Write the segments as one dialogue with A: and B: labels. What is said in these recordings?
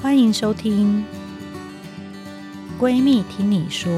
A: 欢迎收听《闺蜜听你说》。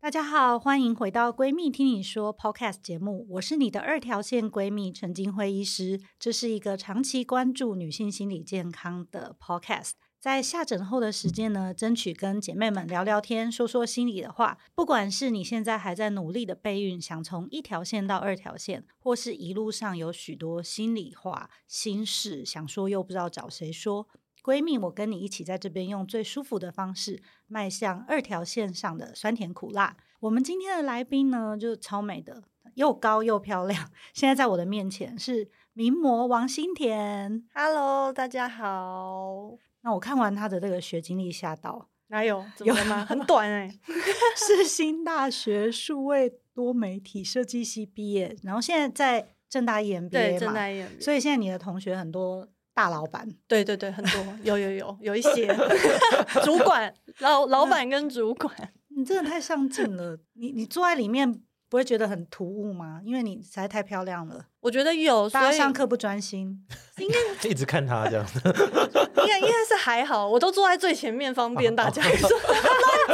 A: 大家好，欢迎回到《闺蜜听你说》Podcast 节目，我是你的二条线闺蜜陈金辉医师。这是一个长期关注女性心理健康的 Podcast。在下诊后的时间呢，争取跟姐妹们聊聊天，说说心里的话。不管是你现在还在努力的备孕，想从一条线到二条线，或是一路上有许多心里话、心事想说又不知道找谁说，闺蜜，我跟你一起在这边用最舒服的方式，迈向二条线上的酸甜苦辣。我们今天的来宾呢，就是超美的，又高又漂亮，现在在我的面前是名模王心田。
B: Hello，大家好。
A: 那我看完他的这个学经历，吓到，
B: 哪有？怎么了 吗？很短哎、
A: 是新大学数位多媒体设计系毕业，然后现在在正大 E EMBA
B: 对，正
A: 嘛
B: 在演。
A: 所以现在你的同学很多大老板，
B: 对对对，很多有有有有一 些主管、老老板跟主管，
A: 你真的太上进 了。你你坐在里面不会觉得很突兀吗？因为你实在太漂亮了，
B: 我觉得有。所
A: 大家
B: 以
A: 上课不专心。
C: 一直看他这样子，
B: 应该应该是还好，我都坐在最前面，方 便大家 乱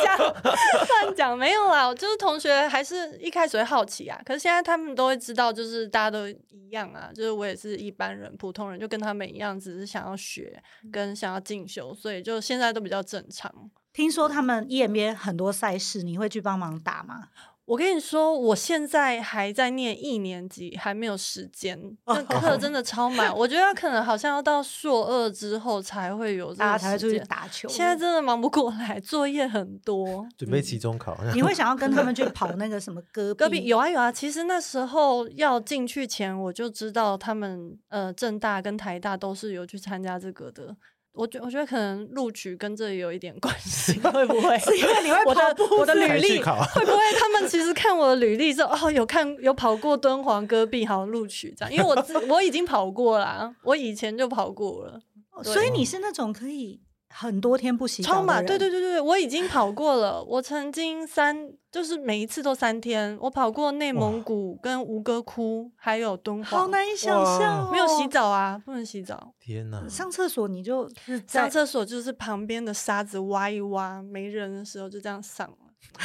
B: 讲乱讲。没有啦，我就是同学还是一开始会好奇啊，可是现在他们都会知道，就是大家都一样啊，就是我也是一般人、普通人，就跟他们一样，只是想要学跟想要进修，所以就现在都比较正常。
A: 听说他们 E EMBA 很多赛事，你会去帮忙打吗？
B: 我跟你说，我现在还在念一年级，还没有时间，那课真的超满。我觉得可能好像要到硕二之后才会有这
A: 大家
B: 个
A: 啊才会出
B: 时
A: 去
B: 间。
A: 打球。
B: 现在真的忙不过来，作业很多。嗯
C: 准备期中考。
A: 你会想要跟他们去跑那个什么戈
B: 隔壁有啊有啊，其实那时候要进去前我就知道他们呃正大跟台大都是有去参加这个的。我觉我觉得可能录取跟这有一点关系，会不会？
A: 是因为你会
B: 我的
A: 跑步
B: 我的
A: 是
B: 履
C: 还
B: 历
C: 去考
B: 会不会他们其实看我的履历之后，哦，有看有跑过敦煌戈壁，好录取这样，因为我自我已经跑过啦，我以前就跑过了，
A: 哦
B: 对
A: 所以你是那种可以很多天不洗澡的
B: 超马，
A: 人
B: 对对对对，我已经跑过了，我曾经三就是每一次都三天，我跑过内蒙古跟吴哥窟，还有敦
A: 好
B: 煌，
A: 难以想象、哦，
B: 没有洗。澡啊，不能洗澡。
C: 天哪！
A: 上厕所你就
B: 上
A: 在
B: 厕所就是旁边的沙子挖一挖，没人的时候就这样上了，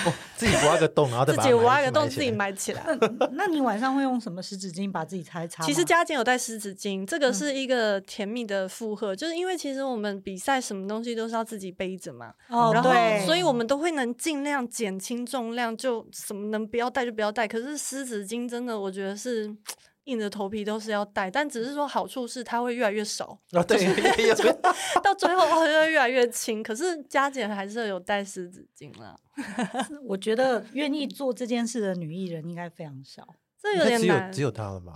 C: 哦自己挖个洞，然后再
B: 自
C: 把
B: 己
C: 它埋
B: 挖个洞
C: 埋起
B: 自
C: 来
B: 己埋起来。
A: 那你晚上会用什么湿纸巾把自己擦一擦吗？
B: 其实加减有带湿纸巾，这
A: 嗯
B: 个是一个甜蜜的负荷，就是因为其实我们比赛什么东西都是要自己背着嘛，
A: 哦，
B: 然后
A: 对，
B: 所以我们都会能尽量减轻重量，就什么能不要带就不要带。可是湿纸巾真的，我觉得是硬着头皮都是要带，但只是说好处是它会越来越少，
C: 啊，对，也有
B: 到最后哦就会越来越轻。可是加减还是有带湿纸巾啦，
A: 我觉得愿意做这件事的女艺人应该非常少。
B: 这有
C: 应 该
B: 点
C: 只
B: 难
C: 有。只有他了吧？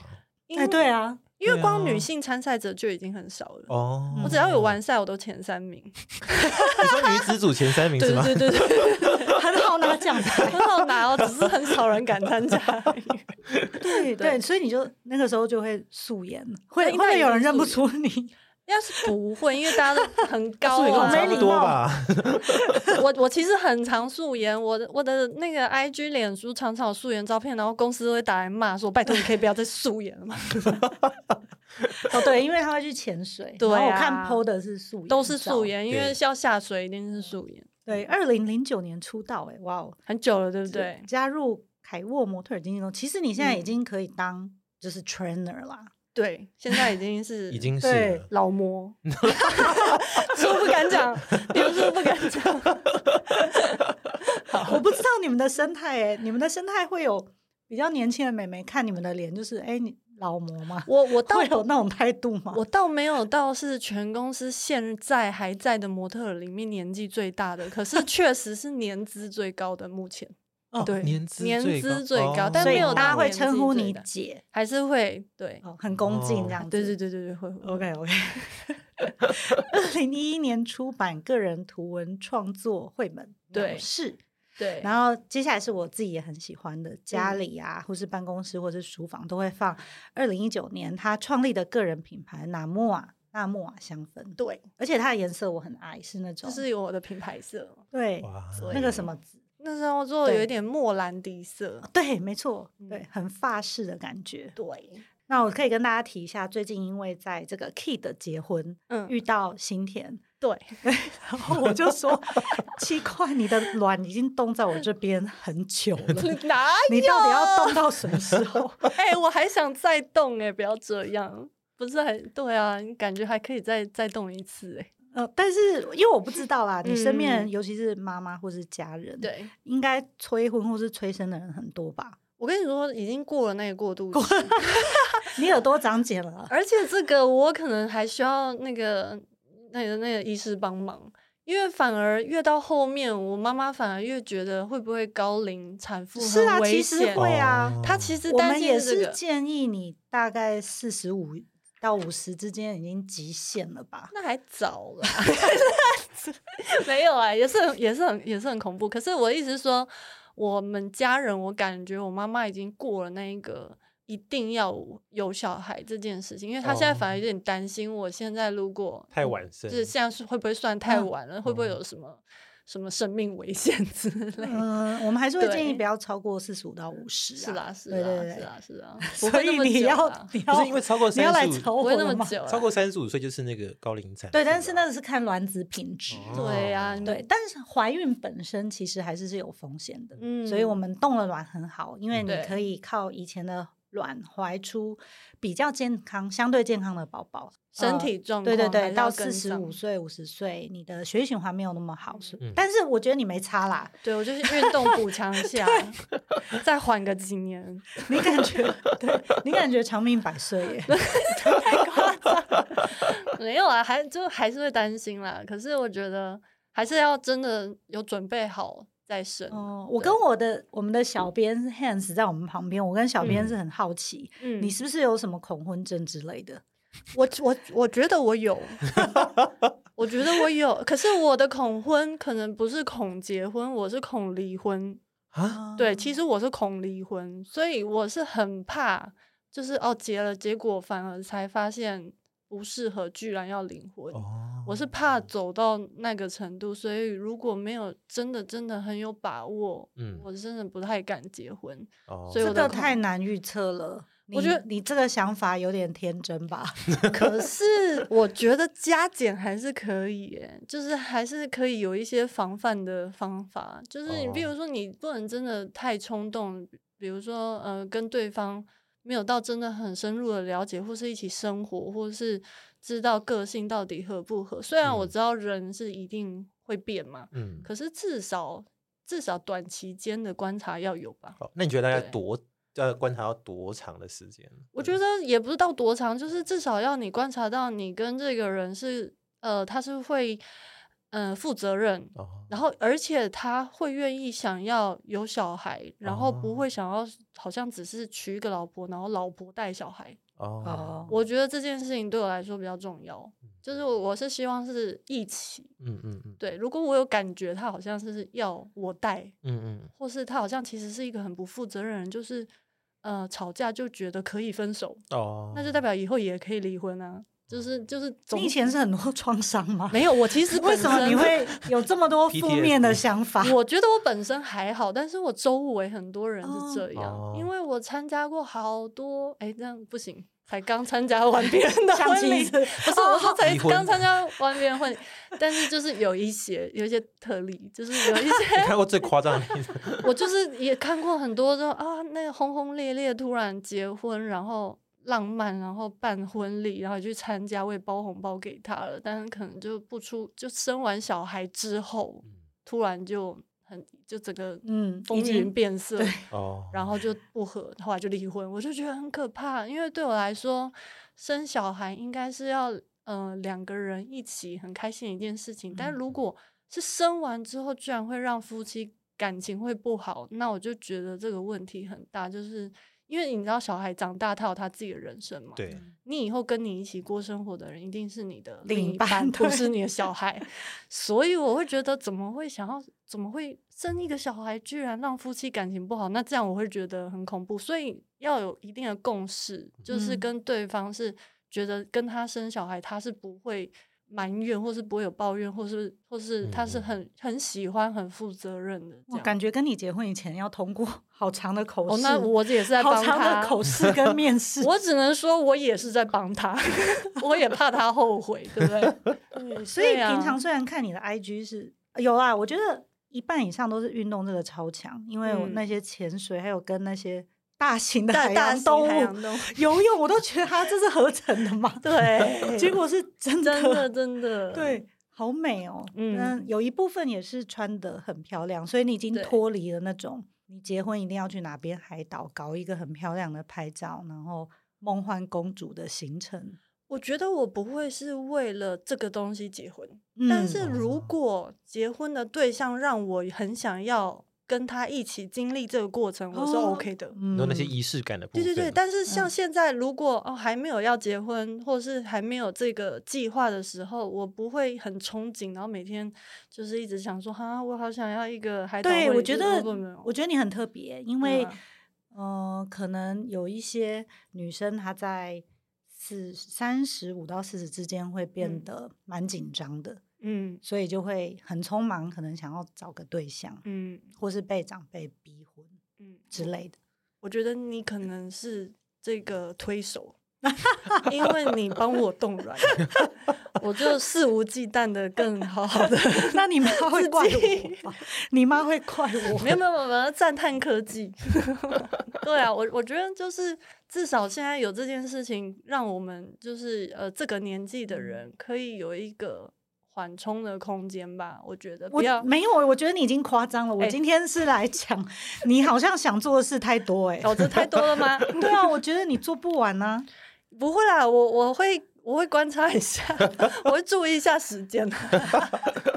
B: 因
A: 哎，对，啊，
B: 因为光
C: 对啊
B: 女性参赛者就已经很少了。
C: 哦，
B: 我只要有完赛，我都前三名。
C: 你说女子组前三名
B: 对
C: 是吗？
B: 对对 对对。
A: 很好拿奖牌。
B: 很好拿哦，只是很少人敢参加而已。
A: 对对，所以你就那个时候就会素颜，会会
B: 应
A: 不
B: 该
A: 会
B: 已
A: 有
B: 经
A: 人认不
B: 素
A: 出你？
B: 要是不会，因为大家都很高
C: 所以跟我
B: 啊
C: 们。差不多吧？
B: 我我其实很常素颜，我的我的那个 IG、脸书常常有素颜照片，然后公司都会打来骂说：“拜托，你可以不要再素颜了嘛。
A: 哦，对，因为他会去潜水，
B: 对
A: 然后我
B: 啊
A: 看 PO 的是素颜”，
B: 都是素。颜，因为
C: 对
B: 要下水一定是素颜，
A: 对，二零零九年出道，哎，哇哦，
B: 很久了，对不对？
A: 加入凯沃模特儿经纪公司，其实你现在已
B: 嗯
A: 经可以当就是 trainer 啦。
B: 对，现在已经是
C: 已经是
A: 对
C: 了
B: 老 模，说不敢讲，你们说不敢讲。
A: 我不知道你们的生态、欸，你们的生态会有比较年轻的美眉看你们的脸，就是哎、你劳模吗？
B: 我我到
A: 会有那种态度
C: 哦
A: 吗？
B: 我倒没有到是全公司现在还在的模特儿里面年纪最大的，可是确实是年资最高的。目前
A: 哦
B: 对
C: 年资
B: 年
C: 最
B: 资
C: 高
B: 最高
C: 哦
B: 但
A: 所以
B: 没有
A: 大家
B: 到
A: 会
B: 年纪
A: 称呼
B: 最
A: 你
B: 大
A: 姐，
B: 还是会对，
A: 哦，很恭敬这样子。
B: 对对对对对会会。会
A: OK OK，二零一一年出版个人图文创作绘本，
B: 对
A: 是。
B: 对，嗯
A: 然后接下来是我自己也很喜欢的，家里啊，或是办公室，或是书房都会放。二零一九年他创立的个人品牌纳莫啊，纳莫啊香氛，
B: 对，
A: 而且它的颜色我很爱，是那种
B: 这是我的品牌色。
A: 对
C: 哇，
B: 所以
A: 那个什么紫，
B: 那时候做
A: 对
B: 有一点莫兰迪色，
A: 对，没错，对
B: 嗯，
A: 很法式的感觉。
B: 对，
A: 那我可以跟大家提一下，最近因为在这个 Kid 的结婚
B: 嗯，
A: 遇到新田，
B: 对，
A: 然后我就说 奇怪，你的卵已经冻在我这边很久 了，
B: 哪
A: 你到底要冻到什么时候？
B: 哎、我还想再动哎、不要这样，不是很对啊？你感觉还可以再再动一次哎、
A: 呃，但是因为我不知道啦，你身边
B: 嗯
A: 人，尤其是妈妈或是家人，，
B: 对，
A: 应该催婚或是催生的人很多吧？
B: 我跟你说，已经过了那个过渡期，
A: 你耳朵长茧了，
B: 而且这个我可能还需要那个那个那个医师帮忙，因为反而越到后面，我妈妈反而越觉得会不会高龄产妇
A: 是啊
B: 很危
A: 其实
B: 险，
A: 会啊
C: 哦
B: 她其实
A: 我
B: 担
A: 们
B: 心
A: 也
B: 这
A: 是
B: 个。
A: 建议你大概四十五到五十之间已经极限了 吧？
B: 那还早了，没有啊，也是很也是很也是很恐怖。可是我一直说，我们家人，我感觉我妈妈已经过了那一个一定要有小孩这件事情，因为她现在反而有点担心，我现在如果
C: 太晚生
B: 就是这样是会不会算太
A: 嗯
B: 晚了，会不会有什么什么生命危险之类的。
A: 嗯，我们还是会建议
B: 对
A: 不要超过四十五到五十、
B: 是啦，
A: 啦，
B: 是
A: 对
B: 啦，
A: 对
B: 是
A: 对
B: 啦，是啦，不
A: 所
B: 会那
A: 以
B: 么
A: 你
B: 久
A: 要
B: 啦，
A: 你
C: 不
A: 要
C: 是因为超过
A: 你要来
C: 三十
A: 找
C: 五，
A: 我
B: 不会那
A: 了
B: 么
A: 吗？
B: 久啦，
C: 超过三十五岁就是那个高龄产妇了。
A: 对，但是那个是看卵子品质。
C: 哦
B: 对啊，
A: 对，但是怀孕本身其实还是是有风险的，
B: 嗯
A: 所以我们冻了卵很好，因为你
B: 对
A: 可以靠以前的卵怀出比较健康、相对健康的宝宝，
B: 身
A: 呃
B: 体状况
A: 对对对，到四
B: 四
A: 十五岁、五十岁，你的血液循环没有那么好，是
C: 嗯
A: 但是我觉得你没差啦，
B: 对，我就是运动补强一下， 再缓个几年。
A: 你感觉 对你感觉长命百岁耶，
B: 没有啊，还就还是会担心啦。可是我觉得还是要真的有准备好再生。
A: 哦，我跟我的我们的小编 Hans 在我们旁边，我跟小编
C: 嗯
A: 是很好奇，
B: 嗯
A: 你是不是有什么恐婚症之类的？
B: 我我我觉得我 有，我觉得我有。可是我的恐婚可能不是恐结婚，我是恐离婚。
C: 啊，
B: 对，其实我是恐离婚，所以我是很怕，就是哦结了，结果反而才发现不适合，居然要离婚。
C: 哦
B: 我是怕走到那个程度，所以如果没有真的真的很有把握，
C: 嗯
B: 我真的不太敢结婚。
C: 哦
B: 所以
A: 这
B: 我的
A: 个
B: 恐
A: 太难预测了。
B: 我
A: 你
B: 觉得
A: 你这个想法有点天真 吧？
B: 可是我觉得加减还是可以耶，就是还是可以有一些防范的方法，就是你比
C: 哦
B: 如说你不能真的太冲动，比如说呃跟对方。没有到真的很深入的了解，或是一起生活，或是知道个性到底合不合。虽然我
C: 嗯
B: 知道人是一定会变嘛，
C: 嗯，
B: 可是至少至少短期间的观察要有吧。
C: 好，那你觉得大概
B: 对
C: 多要观察要多长的时间？
B: 我觉得也不是到多长，就是至少要你观察到你跟这个人是呃，他是会呃负责任，
C: 哦，
B: 然后而且他会愿意想要有小孩，然后不会想要好像只是娶一个老婆，然后老婆带小孩。
C: 哦
A: 哦，
B: 我觉得这件事情对我来说比较重要，就是我我是希望是一起。
C: 嗯嗯嗯
B: 对，如果我有感觉他好像是要我带，
C: 嗯
B: 或是他好像其实是一个很不负责任的人，就是呃吵架就觉得可以分手，
C: 嗯哦，
B: 那就代表以后也可以离婚啊。就是就是总，
A: 你以前是很多创伤吗？
B: 没有我其实
A: 为什么你
B: 本
A: 会有这么多负面的想法？
B: 身？我觉得我本身还好，但是我周围很多人是这样，
C: 哦
B: 因为我参加过好多，哎，这样不行，才刚参加完 别人的
A: 相
B: 婚
A: 亲
B: 礼，
A: 是
B: 不是，我 是才
C: 离婚
B: 刚参加完别人婚礼，但是就是有一些有一些特例，就是有一 些
C: 你看过最夸张的例子
B: 我就是也看过很多这种啊，那个轰轰烈烈突然结婚，然后浪漫，然后办婚礼，然后也去参加，我也包红包给他了，但是可能就不出，就生完小孩之后，突然就很就整个
A: 嗯，
B: 风
A: 已
B: 云
A: 经
B: 变色，
C: 哦，
B: 然后就不和，后来就离婚，我就觉得很可怕，因为对我来说，生小孩应该是要呃两个人一起很开心的一件事情，但如果是生完之后居然会让夫妻感情会不好，那我就觉得这个问题很大，就是因为你知道小孩长大他有他自己的人生嘛，
C: 对，
B: 你以后跟你一起过生活的人一定是你的
A: 另
B: 另
A: 一
B: 一
A: 半
B: 半，不
A: 对
B: 是你的小孩，所以我会觉得怎么会想要怎么会生一个小孩，居然让夫妻感情不好？那这样我会觉得很恐怖，所以要有一定的共识，就是
A: 嗯
B: 跟对方是觉得跟他生小孩，他是不会埋怨，或是不会有抱怨，或是或是他是
C: 嗯嗯
B: 很很喜欢、很负责任的这
A: 我
B: 样。
A: 感觉跟你结婚以前要通过好长的口
B: 哦，
A: 试，
B: 那我也是在
A: 好
B: 帮
A: 长
B: 他
A: 的。口试跟面试，
B: 我只能说，我也是在帮他， 我也怕他后悔，对不 对？
A: 对所以
B: 对啊
A: 平常虽然看你的 IG 是有啊，我觉得一半以上都是运动这个超强，因为我
B: 嗯
A: 那些潜水还有跟那些大型的
B: 大
A: 海
B: 大
A: 洋
B: 型
A: 动
B: 海洋
A: 物
B: 动物，
A: 游泳，我都觉得它这是合成的嘛
B: 对，
A: 结果是真的，
B: 真的真的，
A: 对，好美哦。
B: 嗯
A: 嗯，有一部分也是穿的很漂亮，所以你已经
B: 对
A: 脱离了那种你结婚一定要去哪边海岛搞一个很漂亮的拍照，然后梦幻公主的行程。
B: 我觉得我不会是为了这个东西结婚，
A: 嗯
B: 但是如
C: 哦
B: 果结婚的对象让我很想要跟他一起经历这个过程，我是
A: 哦
B: OK 的。
A: 嗯
C: 你说那些仪式感的部
B: 对
C: 分，
B: 对对，但是像
A: 嗯
B: 现在，如果哦还没有要结婚，或是还没有这个计划的时候，我不会很憧憬，然后每天就是一直想说，哈，我好想要一个海岛婚礼。
A: 对，我觉
B: 就是
A: 得
B: 不不不
A: 我觉得你很特别，因为、
B: 啊
A: 呃，可能有一些女生她在四三十五到四十之间会变
B: 嗯
A: 得蛮紧张的，
B: 嗯
A: 所以就会很匆忙，可能想要找个对象，
B: 嗯
A: 或是被长辈逼婚
B: 嗯，
A: 之类的。
B: 我觉得你
A: 嗯
B: 可能是这个 推手，因为你帮我冻卵，我就肆无忌惮的更好好的。
A: 那你妈会
B: 自
A: 怪
B: 己
A: 我吧？你妈会怪我？
B: 没有没有没有没有，赞叹科技。 对啊，我我觉得就是至少现在有这件事情，让我们就是呃这个年纪的人可以有一个缓冲的空间吧。我觉得不要
A: 我没有，我觉得你已经夸张了。我
B: 哎
A: 今天是来讲，你好像想做的事太多哎、
B: 搞得太多了吗？
A: 对啊，我觉得你做不完啊呢、
B: 不会啦，我我会我会观察一下， 我会注意一下时间。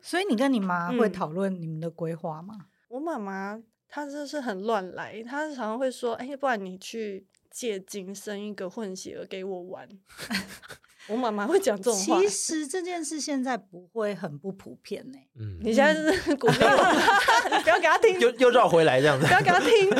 A: 所以你跟你妈会
B: 嗯
A: 讨论你们的规划吗？
B: 我妈妈她真的是很乱来，她常常会说：“哎、不然你去借精生一个混血儿给我玩。” 我妈妈会讲这种话
A: 其。实这件事现在不会很不普遍呢、
C: 嗯，
B: 你现在是鼓励我， 你不要给她听，
C: 又
B: 不
C: 又绕回来这样子，
B: 要给她听。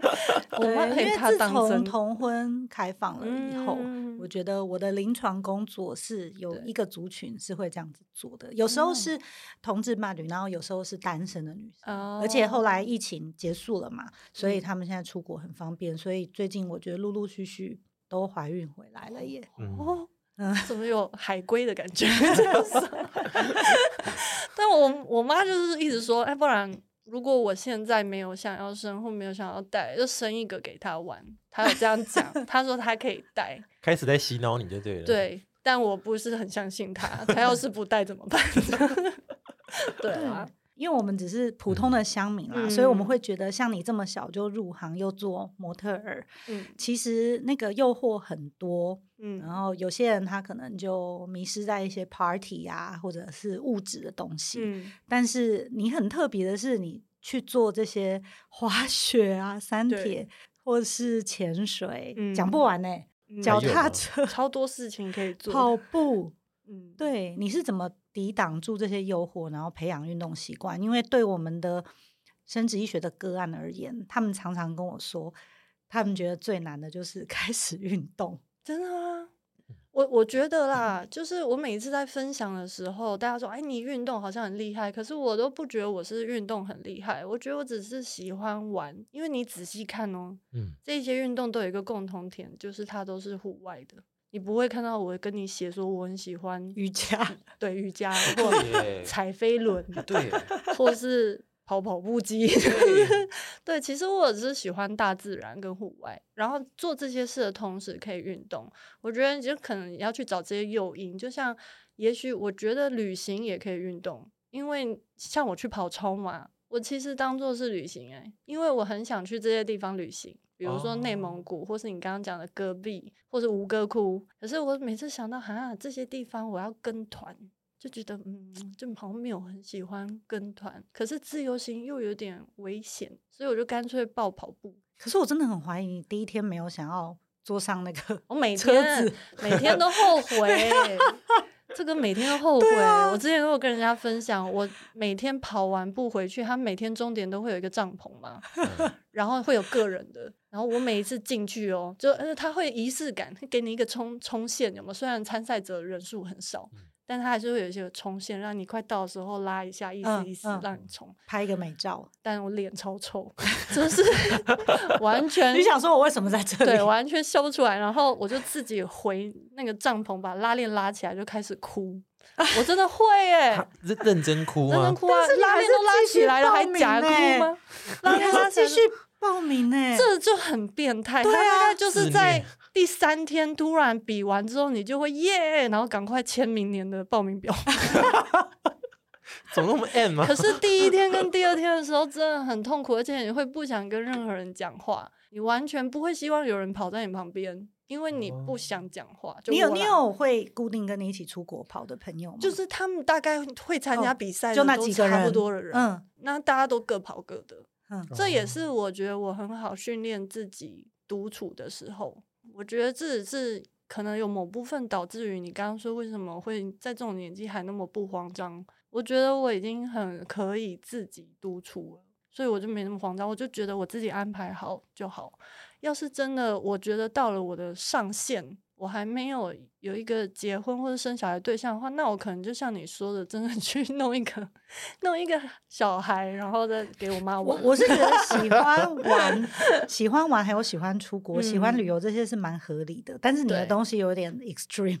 B: 我妈
A: 因
B: 陪
A: 为
B: 她
A: 自
B: 当
A: 从
B: 真。
A: 同婚开放了以后，
B: 嗯
A: 我觉得我的临床工作是有
B: 对
A: 一个族群是会这样子做的，有时候
B: 哦
A: 是同志伴侣，然后有时候是单身的女生。
B: 哦嗯
A: 而且后来疫情结束了嘛，所以他们现在出国很方便，所以最近我觉得陆陆续续都怀孕回来了耶。
C: 嗯，
B: 哦
A: 嗯，
B: 怎么有海龟的感 觉？这样子但我我妈就是一直说，哎，不然如果我现在没有想要生或没有想要带，就生一个给她玩。她有这样讲， 她说她可以带，
C: 开始在洗脑你就对了，，
B: 对，但我不是很相信她。她要是不带怎么 办？对啊，
A: 因为我们只是普通的乡民啦，所以我们
B: 嗯
A: 会觉得像你这么小就入行又做模特儿，
B: 嗯
A: 其实那个诱惑很多，然
B: 嗯
A: 后有些人他可能就迷失在一些 party 啊，或者是物质的东西。
B: 嗯，
A: 但是你很特别的是，你去做这些滑 雪啊、三
B: 对
A: 铁或是潜水，讲
B: 嗯
A: 不完呢、
B: 嗯
A: 脚
C: 还有
A: 踏
C: 吗
A: 车、
B: 超多事情可以做。
A: 跑步，
B: 嗯，
A: 对，你是怎么抵挡住这些诱惑，然后培养运动习惯？因为对我们的生殖医学的个案而言，他们常常跟我说，他们觉得最难的就是开始运动。
B: 真的吗？
C: 嗯
B: 我我觉得啦，就是我每一次在分享的时候，大家说：“哎，你运动好像很厉害。”可是我都不觉得我是运动很厉害，我觉得我只是喜欢玩。因为你仔细看哦，
C: 嗯，
B: 这些运动都有一个共同点，就是它都是户外的。你不会看到我跟你写说我很喜欢
A: 瑜伽，
B: 对瑜伽或
C: 耶
B: 踩飞轮，
C: 对，
B: 或是跑跑步机。对，其实我只是喜欢大自然跟户外，然后做这些事的同时可以运动。我觉得你就可能要去找这些诱因，就像也许我觉得旅行也可以运动，因为像我去跑超马，我其实当做是旅行诶、欸因为我很想去这些地方旅行。比如说内蒙古，或是你刚刚讲的戈壁，或是吴哥窟。可是我每次想到，哈，这些地方我要跟团，就觉得嗯，就好像没有很喜欢跟团，可是自由行又有点危险，所以我就干脆报跑步。
A: 可是我真的很怀疑你第一天没有想要坐上那个
B: 我每
A: 车
B: 天
A: 子
B: 每天都后 悔，这个每天都后悔。
A: 啊
B: 我之前都有跟人家分享，我每天
C: 嗯
B: 跑完步回去，他每天终点都会有一个帐篷嘛，然后会有个人的，然后我每一次进去哦，就而且他会仪式感，给你一个冲冲线，有没有？虽然参赛者人数很少，但他还是会有一些冲线，让你快到的时候拉一下，意思
A: 嗯
B: 意思，
A: 嗯
B: 让你冲。
A: 拍一个美照。
B: 但我脸超臭， 就是完全
A: 你想说我为什么在这里？
B: 对，完全笑不出来。然后我就自己回那个帐篷，把拉链拉起来，就开始哭。我真的会 耶、
C: 他认认真哭
B: 认真
C: 吗？
B: 哭啊！
A: 但是你
B: 拉
A: 还
B: 链
A: 是
B: 都拉
A: 继续
B: 起来了，
A: 报
B: 还
A: 名
B: 假哭
A: 欸
B: 吗？拉
A: 你
B: 链
A: 还
B: 拉
A: 是
B: 起来
A: 继
B: 了
A: 续报名呢、
B: 这就很变态。
A: 对
B: 他大
A: 啊
B: 概就是
C: 自
B: 在
C: 虐
B: 第三天突然比完之后，你就会耶，然后赶快签明年的报名表。
C: 怎么那么 M 啊
B: 可？是第一天跟第二天的时候真的很痛苦，而且你会不想跟任何人讲话，你完全不会希望有人跑在你旁边，因为你不想讲话。就
A: 哦你有
B: 我啦
A: 你有会固定跟你一起出国跑的朋友吗？
B: 就是他们大概会参加
A: 哦
B: 比赛的
A: 就
B: 都
A: 那几个人，
B: 差不多的人，啊
A: 嗯
B: 那大家都各跑各的。
A: 嗯，
B: 这也
C: 哦
B: 是我觉得我很好训练自己独处的时候。我觉得这只是可能有某部分导致于你刚刚说为什么会在这种年纪还那么不慌张。我觉得我已经很可以自己独处了，所以我就没那么慌张。我就觉得我自己安排好就好。要是真的，我觉得到了我的上限。我还没有有一个结婚或者生小孩对象的话，那我可能就像你说的，真的去 弄一个弄一个小孩，然后再给我妈
A: 我
B: 玩。
A: 我是觉得 喜欢玩、喜欢玩，还有喜欢出国、喜欢
B: 嗯
A: 旅游这些是蛮合理的，但是你的
B: 对
A: 东西有点 extreme。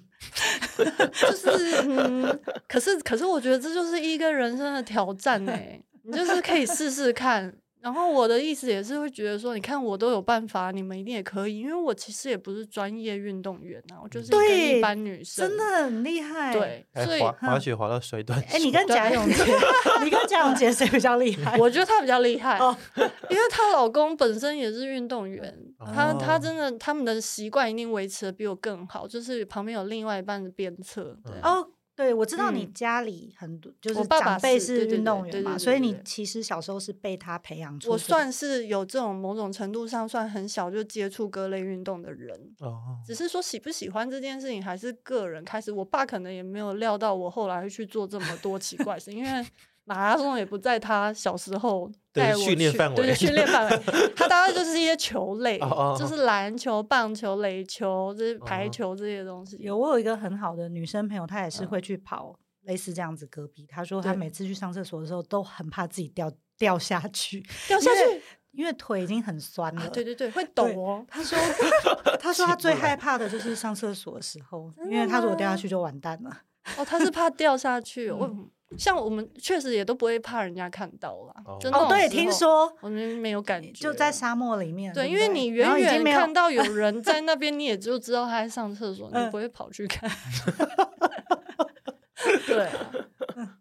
B: 就是，嗯，可是可是，我觉得这就是一个人生的挑战 哎、你就是可以试试看。然后我的意思也是会觉得说，你看我都有办法，你们一定也可以，因为我其实也不是专业运动员啊，我就是一个
A: 对
B: 一般女生，
A: 真的欸很厉害。，
B: 对，
C: 还
B: 所以
C: 滑 滑雪滑到摔断手，
A: 哎、你跟贾永 杰，你跟贾永杰谁比较厉害？
B: 我觉得她比较厉害，
A: 哦
B: 因为她老公本身也是运动员，她她
C: 哦
B: 真的他们的习惯一定维持的比我更好，就是旁边有另外一半的鞭策，对，
C: 嗯
A: 哦，对，我知道你
B: 嗯
A: 家里很多、就
B: 我
A: 是
B: 爸爸
A: 长辈
B: 是对对
A: 运
B: 对
A: 动
B: 对
A: 员
B: 对
A: 嘛，
B: 对
A: 所以
B: 对
A: 你
B: 对
A: 其实小时候是被他培养出。
B: 我算，是有这种某种程度上算很小就接触各类运动的人，
C: 哦，
B: 只是说喜不喜欢这件事情还是个人开始。我爸可能也没有料到我后来会去做这么多奇怪事，因 为马拉松也不在他小时候
C: 对
B: 带我
C: 训练
B: 去
C: 范围
B: 对训练范围， 他大概就是一些球类
C: 哦哦，
B: 就
C: 哦
B: 是篮球、棒球、垒球、这些排
C: 哦
B: 球这些东西。
A: 有我有一个很好的女生朋友，她也是会去跑类似这样子戈壁。她说她
B: 嗯对
A: 每次去上厕所的时候都很怕自己掉掉下去，
B: 掉下
A: 因
B: 去
A: 为，因为腿已经很酸了。
B: 啊对对对，会抖 哦。
A: 他说， 他说他最害怕的就是上厕所的时候，因为他如果掉下去就完蛋了。
B: 哦，他是怕掉下去
C: 嗯
B: 哦。我像我们确实也都不会怕人家看到啦，
C: 哦
B: 就那
A: 哦，
B: 种
A: 对，
B: 时
A: 听
B: 候
A: 说
B: 我们没有感觉，
A: 就在沙漠里面。
B: 对，
A: 对不
B: 因
A: 对，
B: 为你
A: 然
B: 远
A: 后已经
B: 远
A: 没有
B: 看到有 人在那边，你也就知道他在上厕所，你
A: 嗯
B: 不会跑 去看。对啊，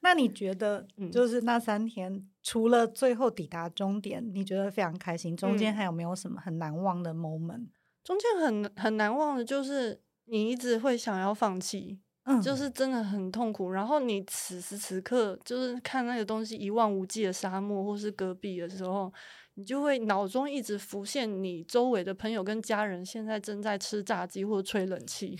A: 那你觉得
B: 嗯，
A: 就是那三天，除了最后抵达终点，你觉得非常开心，中
B: 嗯
A: 间还有没有什么很难忘的 moment？
B: 中间很很难忘的就是你一直会想要放弃，
A: 嗯，
B: 就是真的很痛苦。然后你此时此刻就是看那个东西一望无际的沙漠或是戈壁的时候，你就会脑中一直浮现你周围的朋友跟家人现在正在吃炸鸡或吹冷 气，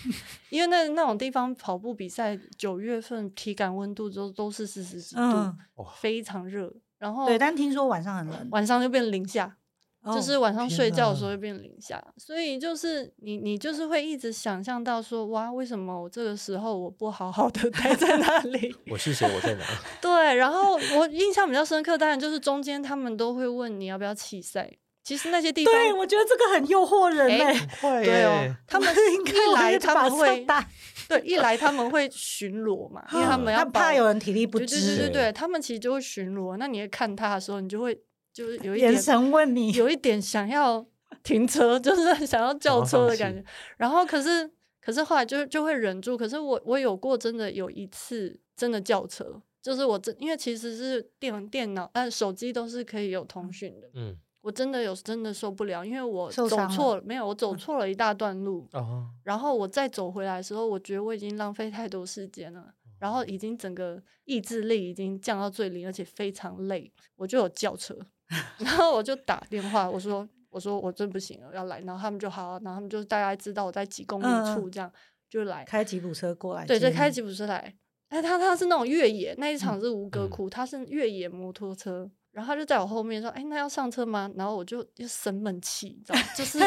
B: 因为那那种地方跑步比赛九月份体感温度都都是四十几度，
A: 嗯，
C: 哇
B: 非常热。然后
A: 对，但听说晚上很冷，
B: 晚上就变零下，
A: 哦
B: 哦就是晚上
C: 天
B: 睡觉的时
C: 呐
B: 候会变零下，所以就是你你就是会一直想象到说，哇，为什么我这个时候我不好 好的待在那里？
C: 我是谁？我在哪？
B: 对，然后我印象比较深刻，当然就是中间他们都会问你要不要弃赛，其实那些地方
A: 对，我觉得这个很诱惑人
B: 哎
A: 嘞。
C: 快
B: 对哦
C: 耶！，
B: 他们
A: 应该
B: 一
A: 来
B: 来
A: 就
B: 他
A: 把
B: 们
A: 车
B: 会
A: 打，
B: 对一来他们会巡逻嘛，因为他们要
A: 啊他
B: 保
A: 怕有人体力不欸
B: 对对对
A: 支，
B: 对对，他们其实就会巡逻，那你会看他的时候，你就会就是有一点
A: 眼神问你，
B: 有一点想要停车， 就是想要叫车的感觉。然后可是可是后来就就会忍住。可是我我有过真的有一次真的叫车，就是我真因为其实是电电脑呃手机都是可以有通讯的，
C: 嗯，
B: 我真的有真的受不了，因为我
A: 受
B: 走
A: 伤
B: 错了没有我走错了一大段路，
C: 哦，
B: 然后我再走回来的时候，我觉得我已经浪费太多时间了。然后
A: 哦
B: 已经整个意志力已经降到最零，而且非常累，我就有 叫车，然后我就打电话，我说我说我真不行了，要来，然后他们就好啊，然后他们就大概知道我在几公
A: 嗯
B: 里
A: 嗯
B: 处这样、就来，
A: 开吉普车过来接
B: 对，
A: 你，
B: 就开吉普车来，哎，他他是那种越野那一场
A: 嗯
B: 是吴哥窟，他是越野摩托车，然后他就在我后面说：“哎，那要上车吗？”然后我就就生闷气，你知道吗，就是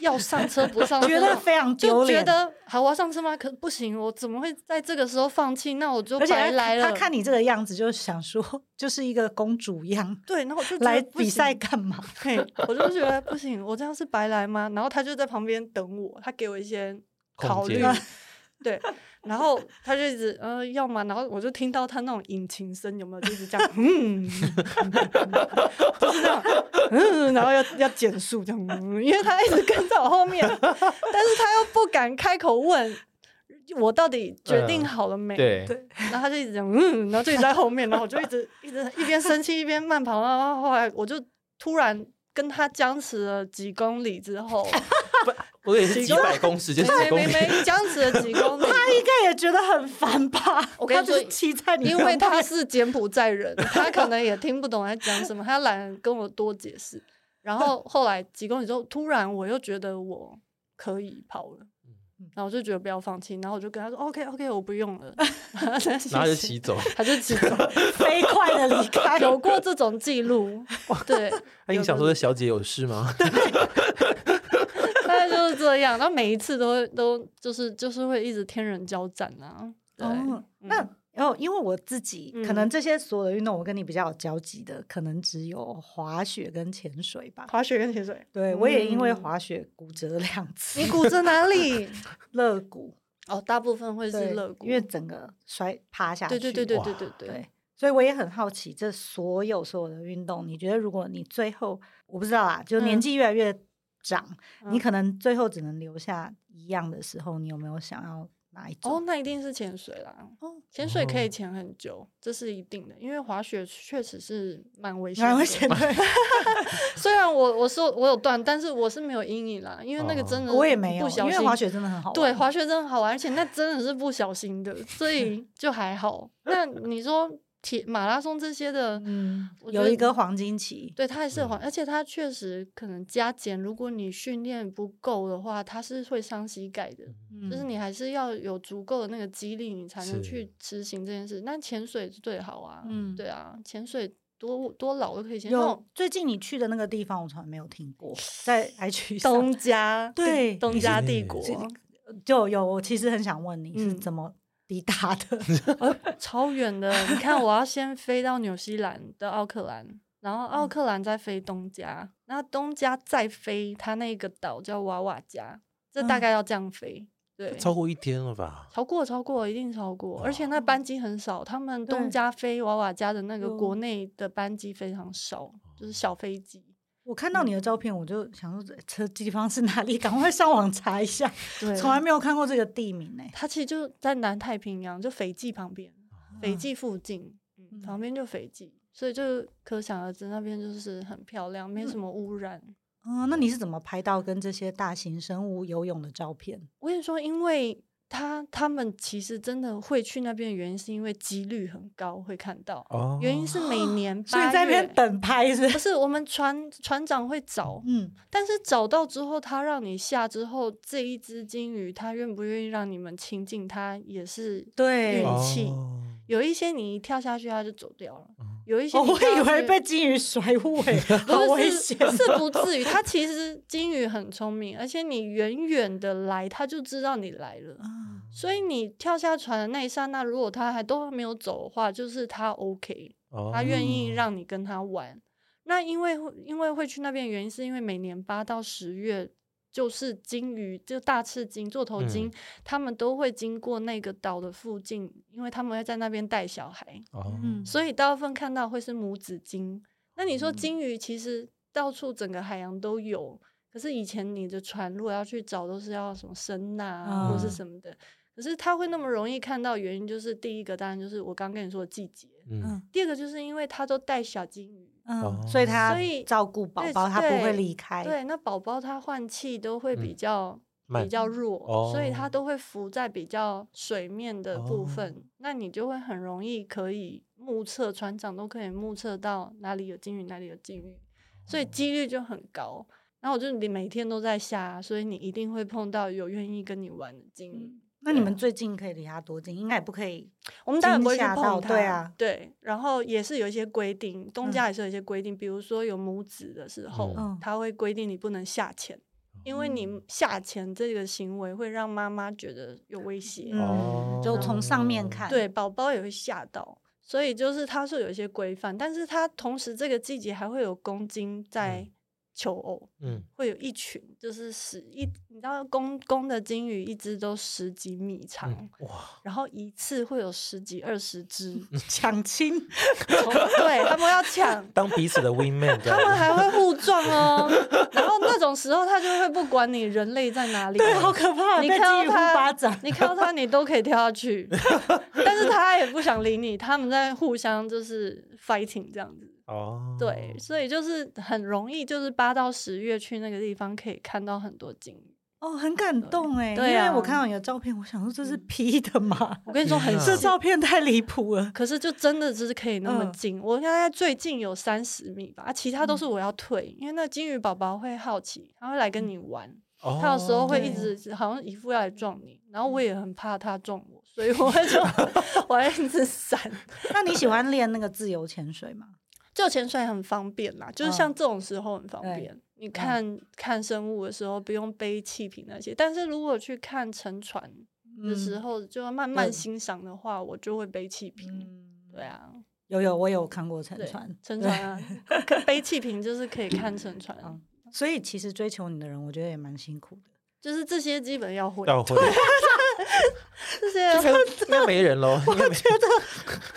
B: 要上车不上车，
A: 觉得非常丢
B: 就觉
A: 脸，
B: 得好，我要上车吗？可不行，我怎么会在这个时候放弃？那我就
A: 而且
B: 白
A: 他
B: 来了。
A: 他看你这个样子，就想说 就是一个公主样，
B: 对，然后我就觉得
A: 来
B: 不
A: 比赛
B: 行
A: 干嘛？
B: 嘿，我就觉得不行，我这样是白来吗？然后他就在旁边等我，他给我一些
C: 空
B: 考虑
C: 间，
B: 对，然后他就一直呃要嘛，然后我就听到他那种引擎声有没有，就一直这样，嗯，就是这样，嗯，然后要要减速这样，嗯因为他一直跟在我后面，但是他又不敢开口问。我到底决定
C: 嗯
B: 好了没？
C: 对，
B: 然后他就一直讲嗯，然后就一直在后面，然后我就一直一直一边生气一边慢跑，然后后来我就突然跟他僵持了几公里之 后，
C: 我也是几百公尺，就是几
B: 没
C: 公
B: 没
C: 里，
B: 没僵持了几公 里，
A: 他应该也觉得很烦吧？
B: 我跟
A: 他
B: 你
A: 就
B: 说
A: 是骑在你
B: 因
A: 后
B: 为
A: 面
B: 他是柬埔寨人，他可能也听不懂在讲什么，他懒得跟我多解释。然后后来几公里之后，突然我又觉得我可以跑了
C: 嗯。
B: 然后我就觉得不要放弃，然后我就跟他说 OK OK，我不用 了，
C: 然
B: 然
C: 后就骑，走。
B: 他就骑走，
A: 飞快的离开，
B: 有过这种记录，对，
C: 那
B: 有
C: 你想
B: 这
C: 说
B: 种
C: 这小姐有事吗？
B: 大概就是这样。然后每一次都会都就是就是会一直天人交战啊。 对，
A: 哦，那哦，因为我自己、可
B: 嗯
A: 能这些所有的运动，我跟你比较有交集的，可能只有滑雪跟潜水吧。
B: 滑雪跟潜水，
A: 对，我也因为
B: 嗯
A: 滑雪骨折两次，
B: 你骨折哪里？
A: 肋骨
B: 哦，大部分会
A: 对
B: 是肋骨，
A: 因为整个摔趴下去。
B: 对对对对对
C: 哇
B: 对哦对。
A: 对所以我也很好奇，这所有所有的运动，你觉得如果你最后我不知道啊，就年
B: 嗯
A: 纪越来越长，你
B: 嗯
A: 可能最后只能留下一样的时候，你有没有想要哪一
B: 哦，
A: 种？
B: 那一定是潜水啦。
A: 哦，
B: 潜水可
C: 哦
B: 以潜很久，这是一定的，因为滑雪确实是蛮危险。
A: 蛮危险。的。
B: 虽然我我说我有断，但是我是没有阴影啦，因为那个
C: 哦
B: 真的
A: 我也没有，因
B: 不小
A: 为
B: 心
A: 滑雪真的很好玩。
B: 对，滑雪真的很好玩，而且那真的是不小心的，所以就还好。那你说铁马拉松这些的，
A: 嗯，
B: 我觉
A: 有
B: 得
A: 一个嗯黄金期，
B: 对它还是滑，而且它确实可能加减，如果你训练不够的话，它是会伤膝盖的。就是
A: 嗯
B: 你还是要有足够的那个激励，你才能去
C: 是
B: 执行这件事。那潜水是最好啊，
A: 嗯
B: 对啊，潜水多多老都可以潜。那
A: 有
B: 种
A: 最近你去的那个地方，我从来没有听过，在 H 上
B: 东加
A: 对
B: 地东
A: 你
B: 加
C: 是
B: 帝
C: 是
B: 国
A: 就有。我其实很想问你是
B: 嗯
A: 怎么抵达的？
B: 超远的，你看我要先飞到纽西兰的奥克兰，然后
A: 嗯
B: 奥克兰再飞东加，那东加再飞它那个岛叫瓦瓦加，这大
A: 嗯
B: 概要这样飞。对，
C: 超过一天了吧？
B: 超过超过，一定超过，而且那班机很少，他们
A: 对
B: 东加飞娃娃家的那个
A: 有
B: 国内的班机非常少，就是小飞机。
A: 我看到
B: 嗯
A: 你的照片，我就想说这这地方是哪里？ 赶快上网查一下，
B: 对，
A: 从来没有看过这个地名呢。
B: 它其实就在南太平洋，就斐济旁边，斐济附近，
A: 啊嗯
B: 嗯，旁边就斐济，所以就可想而知那边就是很漂亮，没什么污染。
A: 嗯，那你是怎么拍到跟这些大型生物游泳的照片？
B: 我跟你说，因为他他们其实真的会去那边的原因，是因为几率很高会看到，
C: 哦，
B: 原因是每年
A: 所以
B: 八
A: 你在那边
B: 月
A: 等拍是不
B: 不
A: 是？
B: 是我们船船长会找，
A: 嗯，
B: 但是找到之后，他让你下之后，这一只金鱼它愿不愿意让你们亲近它，也是
A: 对
B: 运
A: 哦
B: 气。
C: 哦
B: 有一些你一跳下去它就走掉了，
C: 嗯
B: 有一些 你
A: 哦我
B: 跳
A: 以
B: 下
A: 为
B: 去
A: 被金鱼甩 尾，好
B: 不
A: 危
B: 是
A: 险。
B: 是是不至于。它其实金鱼很聪明，而且你远远的来，它就知道你来了。
C: 嗯
A: 啊
B: 所以你跳下船的那一刹那，如果它还都没有走的话，就是它 OK。
C: 哦
B: 他愿意让你跟他玩。那因为会因为会去那边的原因，是因为每年八到十月就是金鱼，就大赤金、座头鲸，
C: 嗯
B: 他们都会经过那个岛的附近，因为他们会在那边带小孩，
C: 哦
A: 嗯
B: 所以大部分看到会是母子鲸。那你说
A: 嗯
B: 金鱼其实到处整个海洋都有，可是以前你的船如果要去找，都是要什么声呐、啊、或
A: 嗯
B: 是什么的。可是它会那么容易看到，原因就是第一个当然就是我刚跟你说的季节，
C: 嗯
B: 第二个就是因为他都带小金鱼，
A: 嗯，
C: 哦
A: 所以他
B: 所以
A: 照顾宝
B: 对
A: 宝，他不会
B: 对
A: 离开。
B: 对，那宝宝他换气都会比
C: 嗯
B: 较、
C: 慢
B: 比较弱，所以他
C: 哦
B: 都会浮在比较水面的部
C: 哦
B: 分，那你就会很容易可以目测，船长都可以目测到哪里有金鱼，哪里有金鱼，所以几率就很高。啊然后我就你每天都在下，所以你一定会碰到有愿意跟你玩的金鱼。
A: 那你们最近可以离他多近？应该也不可以。
B: 我们当然不会去
A: 惊吓到
B: 碰它，
A: 对啊，
B: 对。然后也是有一些规定，东家也是有一些规定，比如说有母子的时候，
A: 嗯
B: 他会规定你不能下潜，
C: 哦
B: 因为你下潜这个行为会让妈妈觉得有威胁，
A: 嗯
C: 哦
A: 就从上面看
B: 对，宝宝也会吓到。所以就是它是有一些规范，但是它同时这个季节还会有公鲸在
C: 嗯
B: 求偶，
C: 嗯，
B: 会有一群，就是十一，你知道公公的金鱼一只都十几米长，
C: 嗯哇，
B: 然后一次会有十几二十只，
A: 抢 亲，
B: 从哦对他们要抢，
C: 当彼此的 win man 这
B: 他们
C: 样子，
B: 还会互撞哦。然后那种时候，他就会不管你人类在哪里，
A: 对，好可怕！
B: 你
A: 被
B: 看
A: 金
B: 到
A: 鱼呼
B: 他
A: 巴掌，
B: 你看到他，你都可以跳下去，但是他也不想理你，他们在互相就是 fighting 这样子。
C: 哦，
B: 对，所以就是很容易，就是八到十月去那个地方可以看到很多鲸鱼。
A: 哦，很感动哎，因
B: 对
A: 为
B: 啊嗯
A: 我看到你的照片，我想说这是 P 的嘛，
B: 我跟你说很
C: 天啊
A: 这
B: 细
A: 照片太离谱了。
B: 可是就真的只是可以那么
A: 嗯
B: 近，我现在最近有三十米吧，啊，其他都是我要退，因为那金鱼宝宝会好奇，它会来
A: 嗯
B: 跟你玩，
C: 哦
B: 它有时候会一
A: 对
B: 直好像一副要来撞你，然后我
A: 嗯
B: 也很怕它撞我，所以我会就我会一直闪。
A: 那你喜欢练那个自由潜水吗？
B: 就潜水很方便啦，就是像
A: 嗯
B: 这种时候很方
A: 对嗯
B: 便。你看、看生物的时候不用背气瓶那些，但是如果去看沉船的时候，嗯就要慢
A: 嗯
B: 慢
A: 对
B: 欣赏的话，我就会背气瓶。
A: 嗯，
B: 对啊，
A: 有有，我有看过沉
B: 对
A: 船，
B: 沉
A: 对
B: 船啊，可背气瓶就是可以看沉船，
A: 嗯所以其实追求你的人，我觉得也蛮辛苦的。
B: 就是这些基本要会，
C: 要会，
B: 这 些
C: 应该没人喽，应该没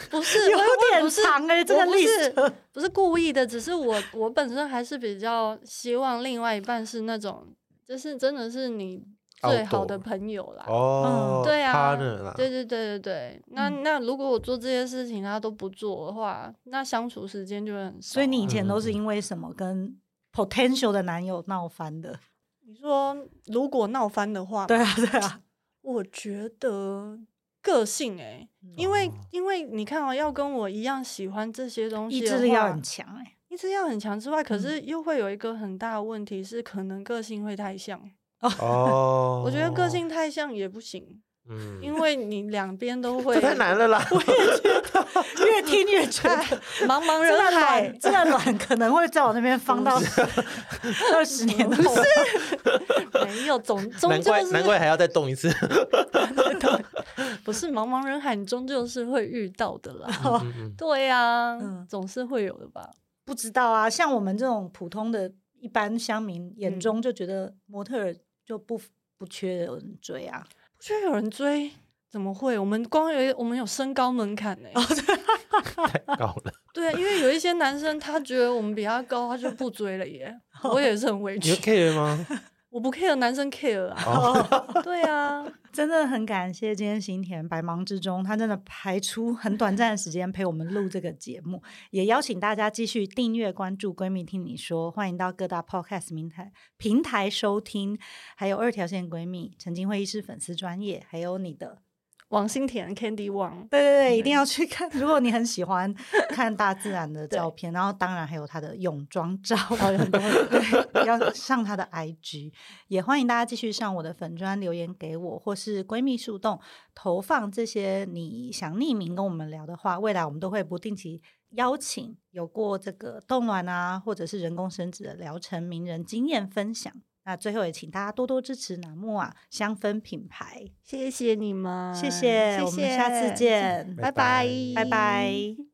B: 不 是
A: 有
B: 我我
A: 点
B: 不是
A: 长哎、这
B: 我
A: 个
B: 不
A: 历
B: 是
A: 史。
B: 不是故意的，只是我 我本身还是比较希望另外一半是那种，就是真的是你最好的
C: Outdoor
B: 朋友啦。
C: 哦，
B: 对啊
C: partner 啦，
B: 对对对对对，那、那如果我做这些事情他都不做的话，那相处时间就会很少啊、
A: 所以你以前都
C: 嗯
A: 是
C: 嗯
A: 因为什么跟 potential 的男友闹翻的？
B: 你说如果闹翻的话，
A: 对啊，对啊，
B: 我觉得个性哎、因
A: 哦
B: 为因为你看啊、要跟我一样喜欢这些东西
A: 意
B: 的话，
A: 志力要很嗯强哎、
B: 意志力要很强之外，可是又会有一个很大的问题是，可能个性会太像。
C: 哦，
B: 我觉得个，性太像也不行，
C: 嗯
B: 因为你两边 都会
C: 这太难了啦，
A: 越听越觉得
B: 茫茫
A: 这
B: 人
A: 个
B: 海
A: 卵，。这个卵可能会在我那边放到二十 年后。
B: 没有， 总终
C: 难
B: 究
C: 怪
B: 是
C: 难怪还要再动一次，
B: 不是茫茫人海，你终究是会遇到的啦。
C: 嗯嗯
B: 对呀、
A: 嗯
B: 总是会有的吧？
A: 不知道啊，像我们这种普通的一般乡民眼
B: 嗯
A: 中就觉得模特儿就不不缺人追啊。
B: 不觉得有人追，怎么会？我们光有我们有身高门槛
C: 哦
B: 呢、
C: 嗯太高了，
B: 对啊，因为有一些男生他觉得我们比他高，他就不追了 耶。我也是很委
C: 你会
B: 屈，
C: care 吗？
B: 我不 care 男生 care 啊。
C: 哦，
B: 对啊，
A: 真的很感谢今天行田百忙之中，他真的排出很短暂的时间陪我们录这个节目，也邀请大家继续订阅关注《闺蜜听你说》，欢迎到各大 podcast 平台平台收听，还有二条线闺蜜陈金慧医师粉丝专业，还有你的
B: 王心田 Candy 王，
A: 对对对，一定要去看。如果你很喜欢看大自然的照片，然后当然还有他的泳装照，还哦有很 多对要上他的 IG，也欢迎大家继续上我的粉砖留言给我，或是闺蜜树洞投放这些你想匿名跟我们聊的话，未来我们都会不定期。邀请有过这个冻卵啊，或者是人工生殖的疗程名人经验分享。那最后也请大家多多支持南木啊香氛品牌，
B: 啊谢谢你们，
A: 谢谢，我们下次，见，
B: 拜
C: 拜
B: 拜，
A: 拜拜。